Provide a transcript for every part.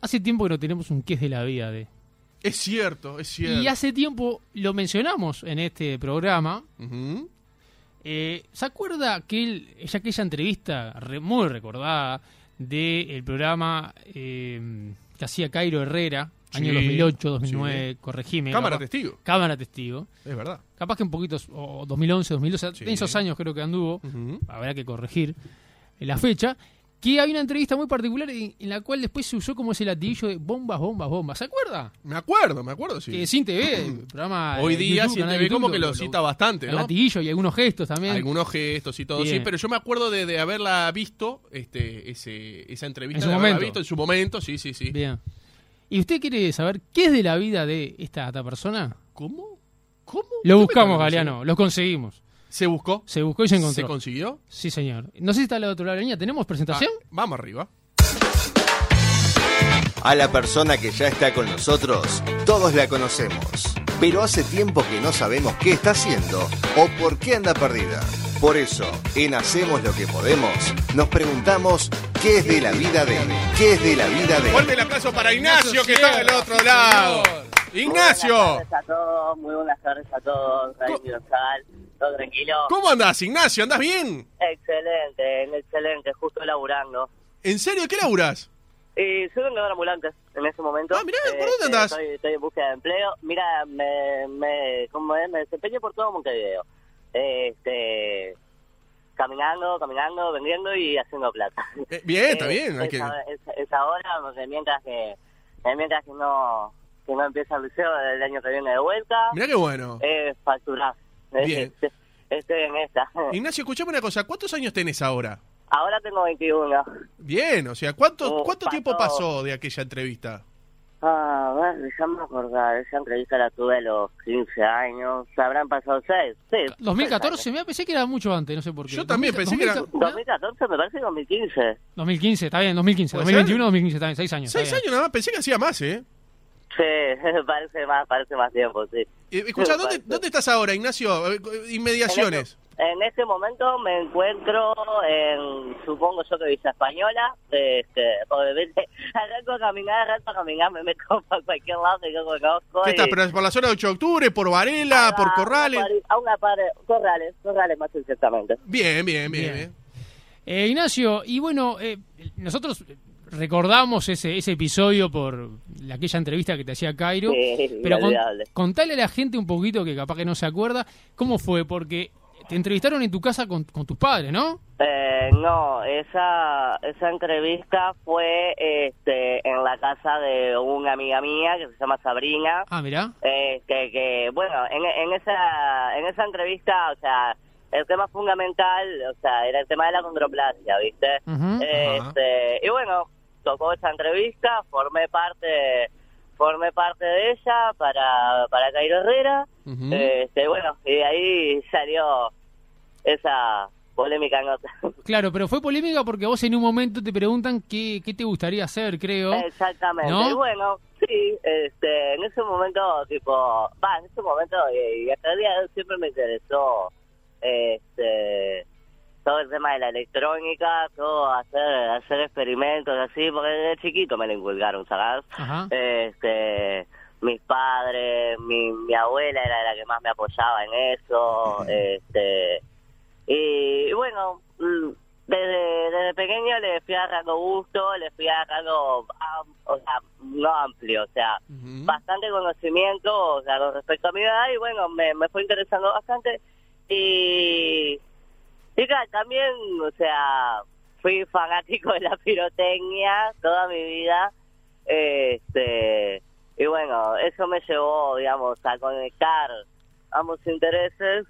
Hace tiempo que no tenemos un qué es de la vida de. Es cierto, es cierto. Y hace tiempo lo mencionamos en este programa. Ujú. Eh, ¿Se acuerda aquel, ya aquella entrevista re- muy recordada del programa eh, que hacía Cairo Herrera, año Sí, 2008, 2009, corregime. Cámara capaz- testigo, Cámara testigo. es verdad. Capaz que un poquito, o 2011, 2012, en Sí. esos años creo que anduvo, Ujú. habrá que corregir eh, la fecha, que había una entrevista muy particular en, en la cual después se usó como ese latillo de bombas, bombas, bombas. ¿Se acuerda? Me acuerdo, me acuerdo, sí. Que Sin TV, el programa Hoy eh, día YouTube, sí canal te de ve YouTube, como que lo cita bastante, el ¿no? latillo y algunos gestos también. Algunos gestos y todo, sí, Bien. pero yo me acuerdo de, de haberla visto, este, ese, esa entrevista, En su de haberla momento. visto en su momento, sí, sí, sí. Bien. ¿Y usted quiere saber qué es de la vida de esta, esta persona? ¿Cómo? ¿Cómo? ¿Qué Lo me buscamos, estás Galeano, lo conseguimos. diciendo? ¿Se buscó? Se buscó y se ¿Se encontró. consiguió? sí, señor. No sé si está al otro lado de la línea. ¿Tenemos presentación? Ah, vamos arriba. A la persona que ya está con nosotros, todos la conocemos. Pero hace tiempo que no sabemos qué está haciendo o por qué anda perdida. Por eso, en Hacemos lo que podemos, nos preguntamos qué es de la vida de... ¿Qué es de la vida de... Fuerte el aplauso para Ignacio, que está Sierra, del otro lado. Ignacio, Muy buenas tardes a todos, muy buenas tardes a todos, Radio ¿Cómo- Universal, todo tranquilo. ¿cómo andás, Ignacio? ¿Andás bien? Excelente, excelente, justo laburando. ¿En serio? ¿Qué laburás? Y soy vendedor ambulante en ese momento. Eh, Ah, mirá, ¿por dónde andás? Estoy, estoy en búsqueda de empleo. Mira, me, me, ¿cómo es? me desempeño por todo Montevideo. Este, caminando, caminando, vendiendo y haciendo plata. Eh, bien, está Eh, bien. hay es, que- ahora- es- es ahora, porque mientras que, eh, mientras que no, que no empieza el liceo el año que viene de vuelta, Mirá qué bueno. es facturar. Eh, Bien. este, Estoy en esta. Ignacio, escuchame una cosa. ¿Cuántos años tenés ahora? Ahora tengo 21. Bien, o sea, ¿cuánto, Oh, cuánto pasó. tiempo pasó de aquella entrevista? Ah, a ver, ya me acordaba, esa entrevista la tuve a los 15 años, habrán pasado 6, sí. seis 2014, me pensé que era mucho antes, no sé por qué. Yo también pensé que era- años. 2014 me parece 2015. 2015, está bien, 2015. ¿Puede 2021, 2015, está bien, 6 años. Seis está bien. años nada más, pensé que hacía más, ¿eh? Sí, parece más, parece más tiempo, sí. Eh, escuchá, ¿dónde, Perfecto. dónde estás ahora, Ignacio? Eh, Inmediaciones. En este momento me encuentro en, supongo yo que Villa Española, este, obviamente, arranco a caminar, arranco a caminar, me meto por cualquier lado que yo conozco. ¿Qué y- estás? pero ¿Por la zona de 8 de octubre? ¿Por Varela? ¿Por Ah, Corrales? A una pared, Corrales, Corrales más exactamente. Bien, bien, bien. Bien. bien. Eh, Ignacio, y bueno, eh, nosotros recordamos ese, ese episodio por la- aquella entrevista que te hacía Cairo. Sí, Pero con- inolvidable. contale a la gente un poquito que capaz que no se acuerda cómo fue, porque te entrevistaron en tu casa con, con tus padres, ¿no? Eh, no, esa, esa entrevista fue este, en la casa de una amiga mía que se llama Sabrina. Ah, mirá. Este, que, bueno, en, en, esa, en esa entrevista, o sea, el tema fundamental, o sea, era el tema de la condroplasia, ¿viste? Ujú. Este, y bueno, tocó esa entrevista, formé parte formé parte de ella para, para Cairo Herrera. Ujú. Este, bueno, y de ahí salió esa polémica nota. Claro, pero fue polémica porque vos en un momento te preguntan qué, qué te gustaría hacer, creo. Eh, Exactamente. ¿No? Y bueno, sí, este, en ese momento, tipo, va, en ese momento, y, y hasta el día de hoy siempre me interesó este, todo el tema de la electrónica, todo hacer, hacer experimentos así, porque desde chiquito me lo inculcaron, ¿sabes? Ajá. Este, mis padres, mi, mi abuela era la que más me apoyaba en eso, este, y bueno, mm, desde, desde pequeño le fui agarrando gusto, le fui agarrando, am- o sea, no amplio, o sea, Ujú. bastante conocimiento, o sea, con respecto a mi edad, y bueno, me, me fue interesando bastante. Y, y claro, también, o sea, fui fanático de la pirotecnia toda mi vida. Este, y bueno, eso me llevó, digamos, a conectar ambos intereses.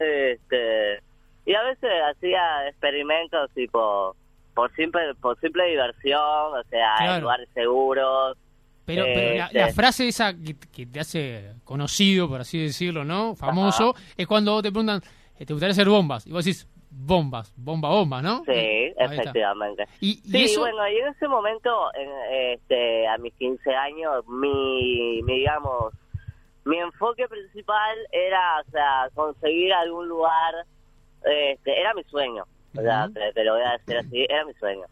Este, y a veces hacía experimentos tipo por simple por simple diversión, o sea, Claro. en lugares seguros. Pero, pero la, este. la frase esa que, que te hace conocido, por así decirlo, ¿no? Famoso, es cuando te preguntan, eh, ¿te gustaría hacer bombas? Y vos decís, bombas, bomba, bomba, ¿no? Ahí Sí, está. efectivamente. Y, y Sí, eso, bueno, y en ese momento, en- este, a mis 15 años, mi, mi, digamos, mi enfoque principal era, o sea, conseguir algún lugar, este, era mi sueño, o sea, Ujú. te, te lo voy a decir así, era mi sueño,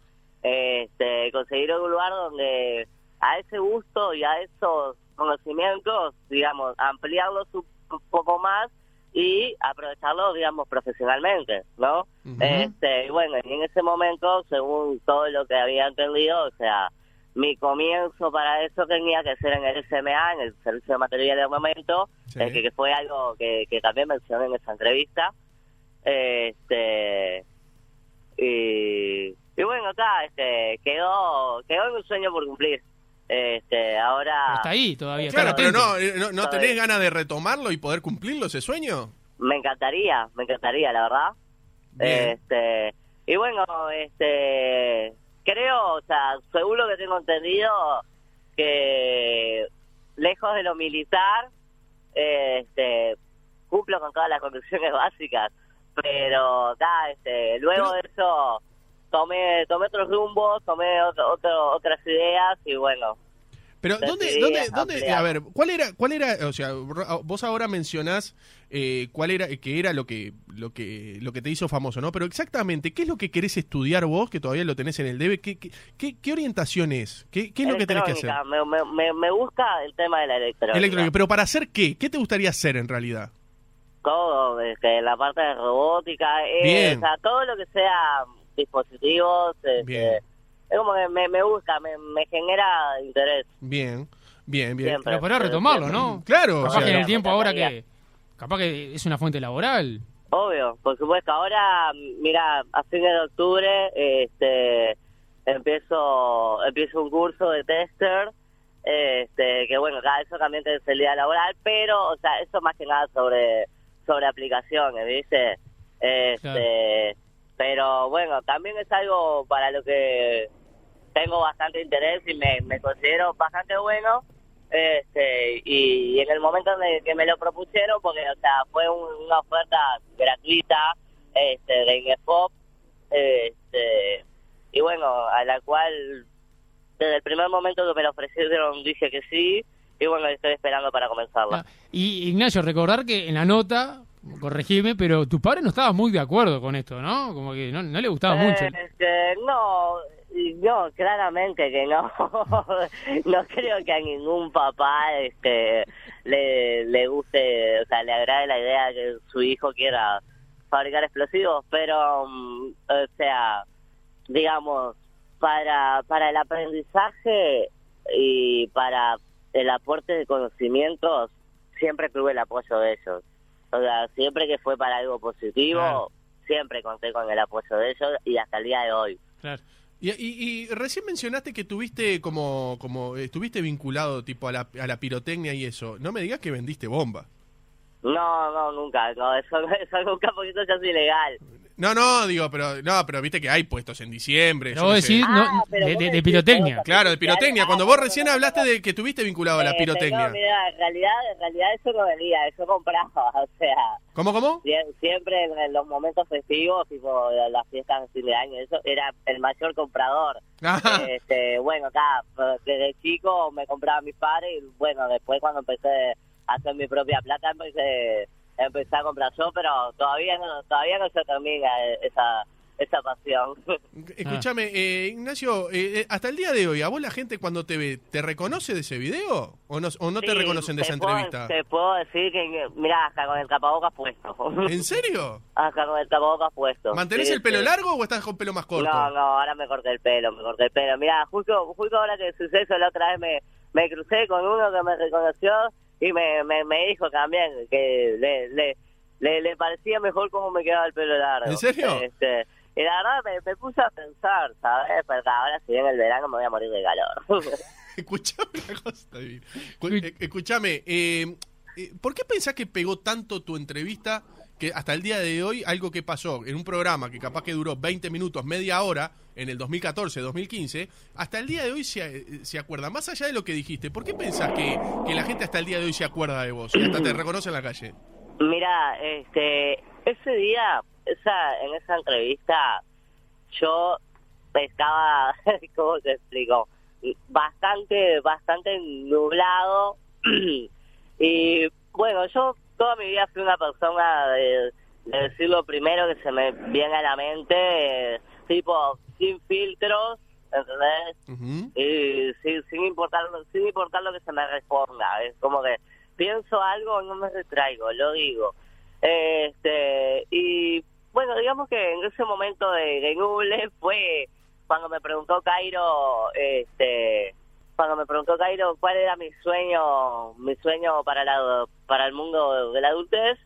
este, conseguir algún lugar donde a ese gusto y a esos conocimientos, digamos, ampliarlos un poco más y aprovecharlos, digamos, profesionalmente, ¿no? Ujú. Este, y bueno, y en ese momento, según todo lo que había entendido, o sea, mi comienzo para eso tenía que ser en el SMA, en el Servicio de Material de Armamento, Sí. eh, que, que fue algo que, que también mencioné en esa entrevista. Este, y, y bueno, acá este, quedó, quedó en un sueño por cumplir. Este, ahora Está ahí todavía. está Claro, pero latente. no, eh, no, ¿no tenés ganas de retomarlo y poder cumplirlo ese sueño. me encantaría, me encantaría, la verdad. Bien. Este, y bueno, este, creo, o sea, según lo que tengo entendido, que lejos de lo militar, este, cumplo con todas las condiciones básicas, pero da, este, luego de eso tomé, tomé otros rumbos, tomé otro, otro- otras ideas y bueno, Pero Te ¿dónde, diría, dónde, dónde, ampliar. a ver, cuál era, cuál era, o sea, ro- vos ahora mencionás eh, cuál era, que era lo que, lo que, lo que te hizo famoso, ¿no? Pero exactamente, ¿qué es lo que querés estudiar vos, que todavía lo tenés en el debe? ¿Qué, qué, qué, qué orientación es? ¿Qué, qué es lo que tenés que hacer? electrónica, me, me, me- me gusta el tema de la electrónica. Electrónica. Pero para hacer qué? ¿Qué te gustaría hacer en realidad? todo, este, la parte de robótica, eh, Bien. o sea, todo lo que sea dispositivos, este, Bien. es como que me, me gusta, me, me genera interés. Bien, bien, bien. Siempre, Pero podrás pero retomarlo, siempre. ¿no? Claro, o Capaz sea, que en el no. tiempo ahora que. Capaz que es una fuente laboral. Obvio, por supuesto. Ahora, mira, a fines de octubre este, empiezo, empiezo un curso de tester, este, que bueno, cada eso también te salida laboral, pero, o sea, eso más que nada sobre, sobre aplicaciones, ¿viste? Este, Pero bueno, también es algo para lo que tengo bastante interés y me, me considero bastante bueno. Este, y, y en el momento en el que me lo propusieron, porque o sea, fue un- una oferta gratuita este, de Ingepop, este, y bueno, a la cual desde el primer momento que me lo ofrecieron dije que sí, y bueno, estoy esperando para comenzarla. Ah, Y Ignacio, recordar que en la nota, corregime, pero tu padre no estaba muy de acuerdo con esto, ¿no? Como que no, no le gustaba mucho. Este, no, no, claramente que no. no creo que a ningún papá este, le, le guste, o sea, le agrade la idea de que su hijo quiera fabricar explosivos, pero, mm, o sea, digamos, para, para el aprendizaje y para el aporte de conocimientos, siempre tuve el apoyo de ellos. O sea, siempre que fue para algo positivo, Claro. siempre conté con el apoyo de ellos y hasta el día de hoy. Claro. Y, y- y recién mencionaste que tuviste como, como eh, estuviste vinculado tipo a la, a la pirotecnia y eso. No me digas que vendiste bomba. No, no, nunca, no, eso, eso nunca, porque eso ya es ilegal. No, no, digo, pero no, pero viste que hay puestos en diciembre. Pero yo vos qué sé. decís no, Ah, pero de, vos de- de decís pirotecnia. otra. Claro, de pirotecnia. Ah, Cuando vos no, recién no, no, hablaste de que estuviste vinculado a la Eh, pirotecnia. No, mira, en realidad, en realidad eso no venía, eso compraba, o sea, ¿Cómo, cómo? sie- siempre en, en los momentos festivos, tipo la- las fiestas de fin de año, eso era el mayor comprador. Ajá. Este, bueno, acá, desde chico me compraba mis padres y bueno, después cuando empecé a hacer mi propia plata, empecé, empecé a comprar yo, pero todavía no, todavía no se termina eh, esa, esa pasión. Escúchame, eh, Ignacio, eh, eh, hasta el día de hoy, ¿a vos la gente cuando te ve, te reconoce de ese video? ¿O no, o no te Sí, reconocen de esa puedo- entrevista? Te puedo decir que, mira, hasta con el tapabocas puesto. ¿En serio? hasta con el tapabocas puesto. Eh. ¿Mantenés Sí, el pelo sí. largo o estás con pelo más corto? No, no, ahora me corté el pelo, me corté el pelo. Mira, justo, justo ahora que sucedió eso, la otra vez me, me crucé con uno que me reconoció y me, me, me dijo también que le, le, le, le parecía mejor cómo me quedaba el pelo largo. ¿En serio? Este, y la verdad me, me puse a pensar, ¿sabes? Porque ahora si viene el verano me voy a morir de calor. Escuchame una cosa, David. Cu- eh, Escuchame, eh, eh, ¿por qué pensás que pegó tanto tu entrevista que hasta el día de hoy algo que pasó en un programa que capaz que duró 20 minutos, media hora, en el 2014, 2015, hasta el día de hoy se, eh, se acuerda? Más allá de lo que dijiste, ¿por qué pensás que, que la gente hasta el día de hoy se acuerda de vos y hasta te reconoce en la calle? Mira, este, ese día, esa, en esa entrevista, yo estaba, ¿cómo te explico? Bastante, bastante nublado. y bueno, yo toda mi vida fui una persona de, de decir lo primero que se me viene a la mente, eh, tipo, sin filtros, ¿entendés? Ujú. Y sí, sin, importar, sin importar lo que se me responda, es como que pienso algo, no me retraigo, lo digo. Este, y bueno, digamos que en ese momento de, de Google fue cuando me preguntó Cairo, este, cuando me preguntó Cairo cuál era mi sueño, mi sueño para la, para el mundo de la adultez.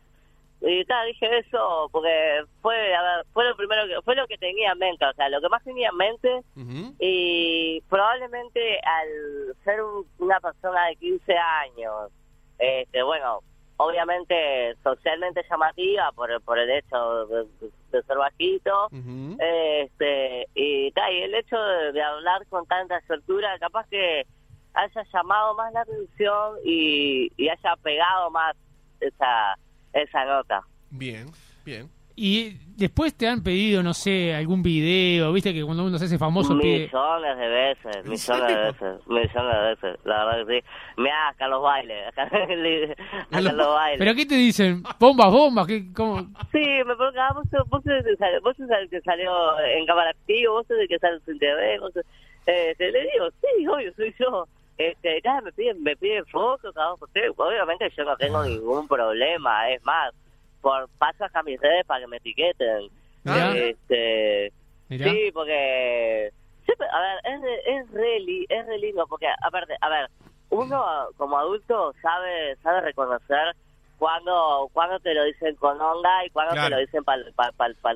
Y tal, dije eso porque fue, a ver, fue lo primero que, fue lo que tenía en mente, o sea, lo que más tenía en mente Ujú. y probablemente al ser un- una persona de 15 años, este, bueno, obviamente socialmente llamativa por, por el hecho de, de ser bajito, Ujú. este, y, ta, y el hecho de, de hablar con tanta soltura, capaz que haya llamado más la atención y, y haya pegado más esa, esa nota. Bien, bien. Y después te han pedido, no sé, algún video, viste que cuando uno se hace famoso pide... Millones de veces, ¿En millones de serio? veces, millones de veces, la verdad que sí. Mirá, acá los bailes, acá, le- acá Los- los bailes. ¿Pero qué te dicen? ¿Bombas, bombas? ¿Qué, cómo? Sí, me pregunto, ah, vos, sos- vos, sos el que sal- vos sos el que salió en cámara activa, vos sos el que sale sin TV, vos sos- eh, te le digo, sí, obvio, soy yo. Este, nada, me piden, me piden fotos, cada por tres. obviamente yo no Ah. tengo ningún problema, es más, por paso acá a mis redes para que me etiqueten. Mirá, Ah. Este, mirá. Sí, porque siempre, a ver, es, re- es, re, li- es re lindo, porque aparte, a ver, uno como adulto sabe sabe reconocer cuando cuando te lo dicen con onda y cuando Claro. te lo dicen para el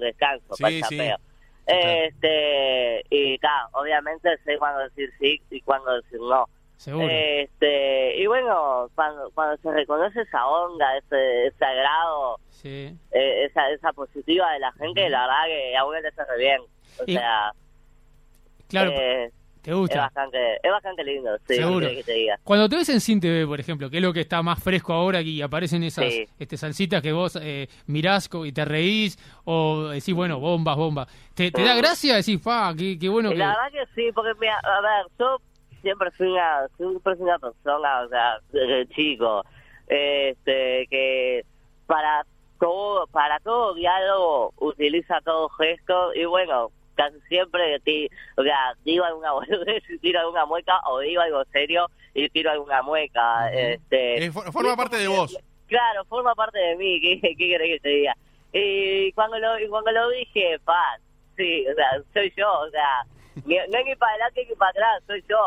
descanso, Sí, para el sí. chapeo. Claro. Este, y claro, obviamente sé cuándo decir sí y cuándo decir no. seguro. Este, y bueno, cuando, cuando se reconoce esa onda, ese, ese agrado, sí. eh, esa, esa positiva de la gente, la verdad que a uno le hace re bien. O Y- sea, Claro, eh, te es gusta. bastante, es bastante lindo, sí, Seguro. ¿qué querés que te diga. Cuando te ves en Sin TV, por ejemplo, que es lo que está más fresco ahora y aparecen esas Sí. este, salsitas que vos eh, mirás co- y te reís o decís, bueno, bombas, bombas. ¿Te, Mm. te da gracia? Decís, pa, qué, qué bueno Y que... La verdad que sí, porque mira, a ver, yo siempre fui una, siempre fui una persona, o sea, desde chico, este, que para todo, para todo diálogo utiliza todo gesto y bueno, casi siempre ti, o sea, digo alguna boludez y tiro alguna mueca o digo algo serio y tiro alguna mueca, este, Eh, for- forma parte de vos. Claro, forma parte de mí, ¿qué, qué querés que te diga? Y cuando lo, y cuando lo dije, pa, sí, o sea, soy yo, o sea, ni- no es ni para adelante ni para atrás, soy yo.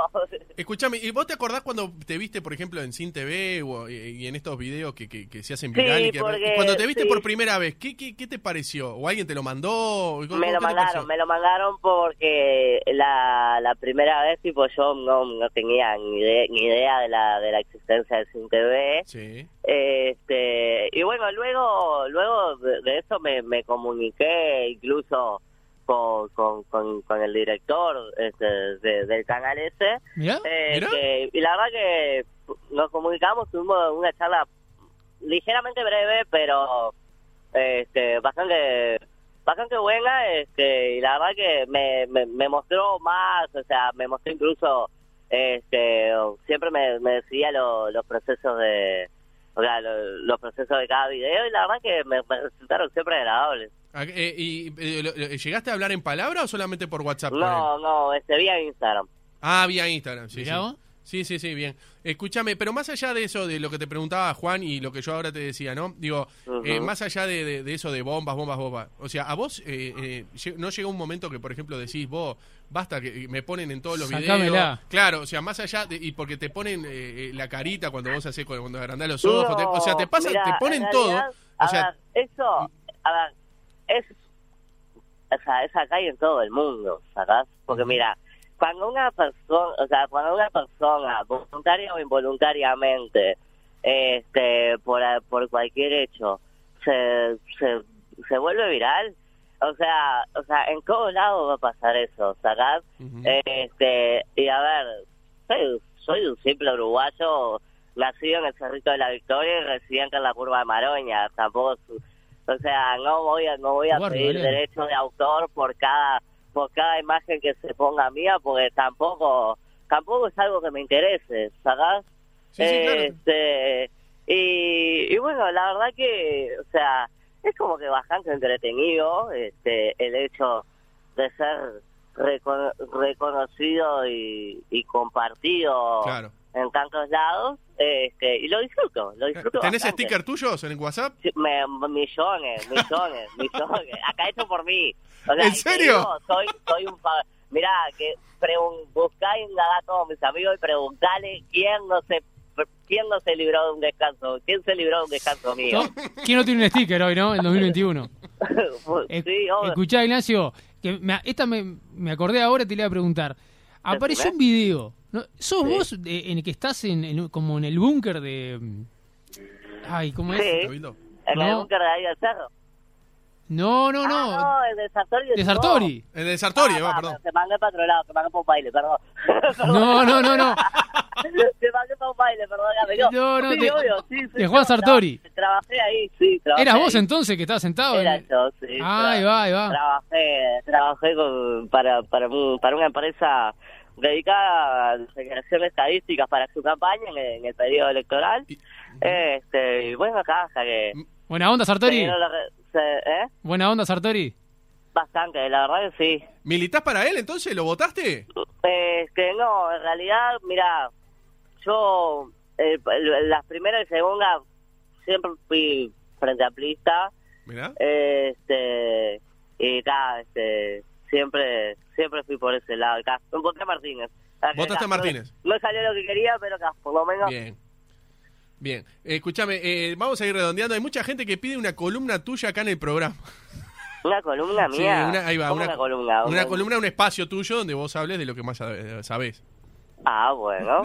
Escúchame, ¿y vos te acordás cuando te viste, por ejemplo, en Sin TV o, eh, y en estos videos que, que- que se hacen Sí, viral? y que- porque- cuando te viste sí. por primera vez, ¿qué, qué, qué te pareció? ¿O alguien te lo mandó? ¿Cómo- me qué lo te pareció? mandaron, me lo mandaron porque la, la primera vez, tipo, yo no, no tenía ni idea, ni idea de la, de la existencia del Sin TV. Sí. Este, y bueno, luego luego de de eso me, me comuniqué incluso con, con, con, con el director este, de- del canal ese. Mirá, Este, mirá. y la verdad que nos comunicamos, tuvimos una charla ligeramente breve, pero este, bastante bastante buena este, y la verdad que me, me, me mostró más, o sea, me mostró incluso, este, siempre me, me decía lo- los procesos de... O sea, lo- los procesos de cada video y la verdad que me, me resultaron siempre agradables. Ah, eh, y, eh, lo- lo- ¿Llegaste a hablar en palabra o solamente por WhatsApp? con él? No, no, este, vía Instagram. Ah, vía Instagram, sí. Mirá sí. vos. Sí, sí, sí, bien. Escúchame, pero más allá de eso, de lo que te preguntaba Juan y lo que yo ahora te decía, ¿no? Digo, Ujú. eh, más allá de, de- de eso de bombas, bombas, bombas. O sea, ¿a vos eh, eh, lle- no llega un momento que, por ejemplo, decís, vos, basta, que me ponen en todos los Sacámela. videos? Claro, o sea, más allá, de- y porque te ponen eh, eh, la carita cuando vos haces, cuando, cuando agrandás los ojos, te- o sea, te pasan, mira, te ponen en todo. realidad, O a sea, ver, eso, a ver, es, o sea, es acá y en todo el mundo, ¿sacás? Porque mira, cuando una persona, o sea, cuando una persona, voluntaria o involuntariamente, este, por, por cualquier hecho, se, se, se vuelve viral, o sea, o sea, en todos lados va a pasar eso, ¿sacás? ujú. Este, y a ver, soy, soy un simple uruguayo, nacido en el Cerrito de la Victoria y residente en la Curva de Maroña. Tampoco, su- o sea, no voy a, no voy a Guarda, pedir Mariano. derechos de autor por cada, por cada imagen que se ponga mía, porque tampoco, tampoco es algo que me interese, ¿sacás? Sí, eh, sí, claro. Este, y, y bueno, la verdad que, o sea, es como que bastante entretenido este, el hecho de ser recono- reconocido y, y compartido Claro. en tantos lados. Este, y lo disfruto, lo disfruto. ¿Tenés bastante. stickers tuyos en el WhatsApp? Sí, me- millones, millones, millones. Acá hecho por mí. O sea, ¿En y te serio? digo, soy, soy un... fa- Mirá, que pregun- buscá y indagá a todos mis amigos y preguntale quién no se... ¿Quién no se libró de un descanso? ¿Quién se libró de un descanso mío? ¿No? ¿Quién no tiene un sticker hoy, no? El 2021. Ec- sí, obvio. Escuchá, Ignacio, que me- esta me, me acordé ahora, te le iba a preguntar. Apareció un video. ¿no? ¿Sos Sí. vos de- en el que estás en, en un- como en el búnker de... mm, Ay, ¿cómo es? Sí. Cabildo. ¿En el No. búnker de David Cerro? No, no, no. Ah, no, el de Sartori. de Sartori. El de Sartori, Ah, va, va, perdón. Se mandó para otro lado, se mandó para un baile, perdón. No, no, no, no. se mandó para un baile, perdón. amigo. No, no, sí, te- obvio, sí, sí, de Juan yo Sartori. tra- Trabajé ahí, sí. Trabajé ¿Eras vos ahí. entonces que estabas sentado? en- Era yo, sí. Ah, ahí va, ahí va. Trabajé, trabajé con- para, para, un- para una empresa dedicada a la generación de estadísticas para su campaña en, el- en el periodo electoral. Y- Este, y bueno, acá hasta que... Buena onda, se Sartori. dieron la re- se- ¿eh? Buena onda, Sartori. Bastante, la verdad que sí. ¿Militás para él entonces? ¿Lo votaste? Este, no, en realidad, mira, yo eh, las primeras y segundas siempre fui frente a plista, Mirá. este, y acá, este, siempre, siempre fui por ese lado, acá, voté a Martínez. Acá, Votaste acá, a Martínez. No, no salió lo que quería, pero acá, por lo menos, Bien. Bien. Eh, escúchame, eh, vamos a ir redondeando. Hay mucha gente que pide una columna tuya acá en el programa. una columna Sí, mía. una, ahí va, ¿Cómo una, una columna. una columna, un espacio tuyo donde vos hables de lo que más sabe- eh, sabés. Ah, bueno.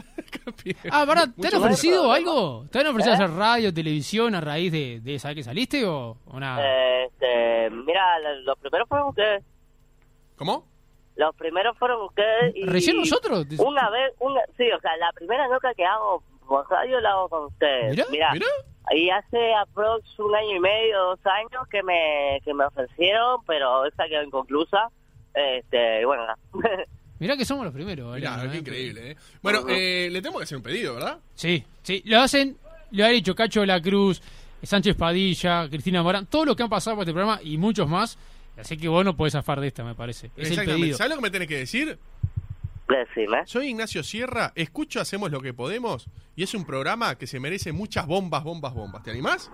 Ah, pará, ¿te Mucho han ofrecido Eh, gusto. algo? ¿Te han ofrecido ¿Eh? hacer radio, televisión a raíz de, de esa que saliste o, o Ah. nada? Este, mira, lo- los primeros fueron ustedes. ¿Cómo? Los primeros fueron ustedes y... ¿Recién nosotros? Te- Una vez, una, sí, o sea, la primera noca que hago por radio la hago con ustedes. Mirá, Mirá, Mirá. Y hace aprox un año y medio, dos años que me, que me ofrecieron, pero esa quedó inconclusa. Este, y bueno, Mirá que somos los primeros. Mirá, Mariano, qué ¿eh? increíble, ¿eh? Bueno, eh, le tenemos que hacer un pedido, ¿verdad? Sí, sí. Lo hacen, lo ha dicho Cacho de la Cruz, Sánchez Padilla, Cristina Morán, todos los que han pasado por este programa y muchos más. Así que vos no podés zafar de esta, me parece. Es el pedido. ¿Sabes lo que me tenés que decir? decime. Soy Ignacio Sierra, escucho Hacemos lo que podemos y es un programa que se merece muchas bombas, bombas, bombas. ¿Te animás?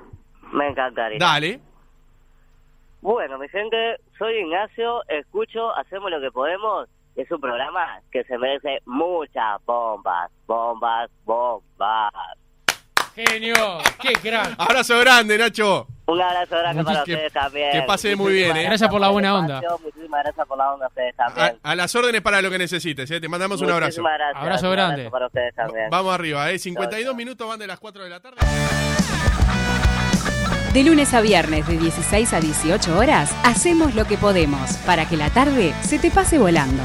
Me encantaría. Dale. Bueno, mi gente, soy Ignacio, escucho, hacemos lo que podemos. Es un programa que se merece muchas bombas, bombas, bombas. Genio, qué crack. Abrazo grande, Nacho. Un abrazo grande para Muchis- que- ustedes también. que pase muy bien, Muchísimas ¿eh? Gracias por la el buena espacio, Muchísimas gracias por la onda a ustedes A, también. a las órdenes para lo que necesites, ¿eh? Te mandamos un abrazo. Muchísimas gracias. Abrazo Un grande. para ustedes también. Vamos arriba, ¿eh? 52 Chao. minutos van de las 4 de la tarde. De lunes a viernes de 16 a 18 horas, hacemos lo que podemos para que la tarde se te pase volando.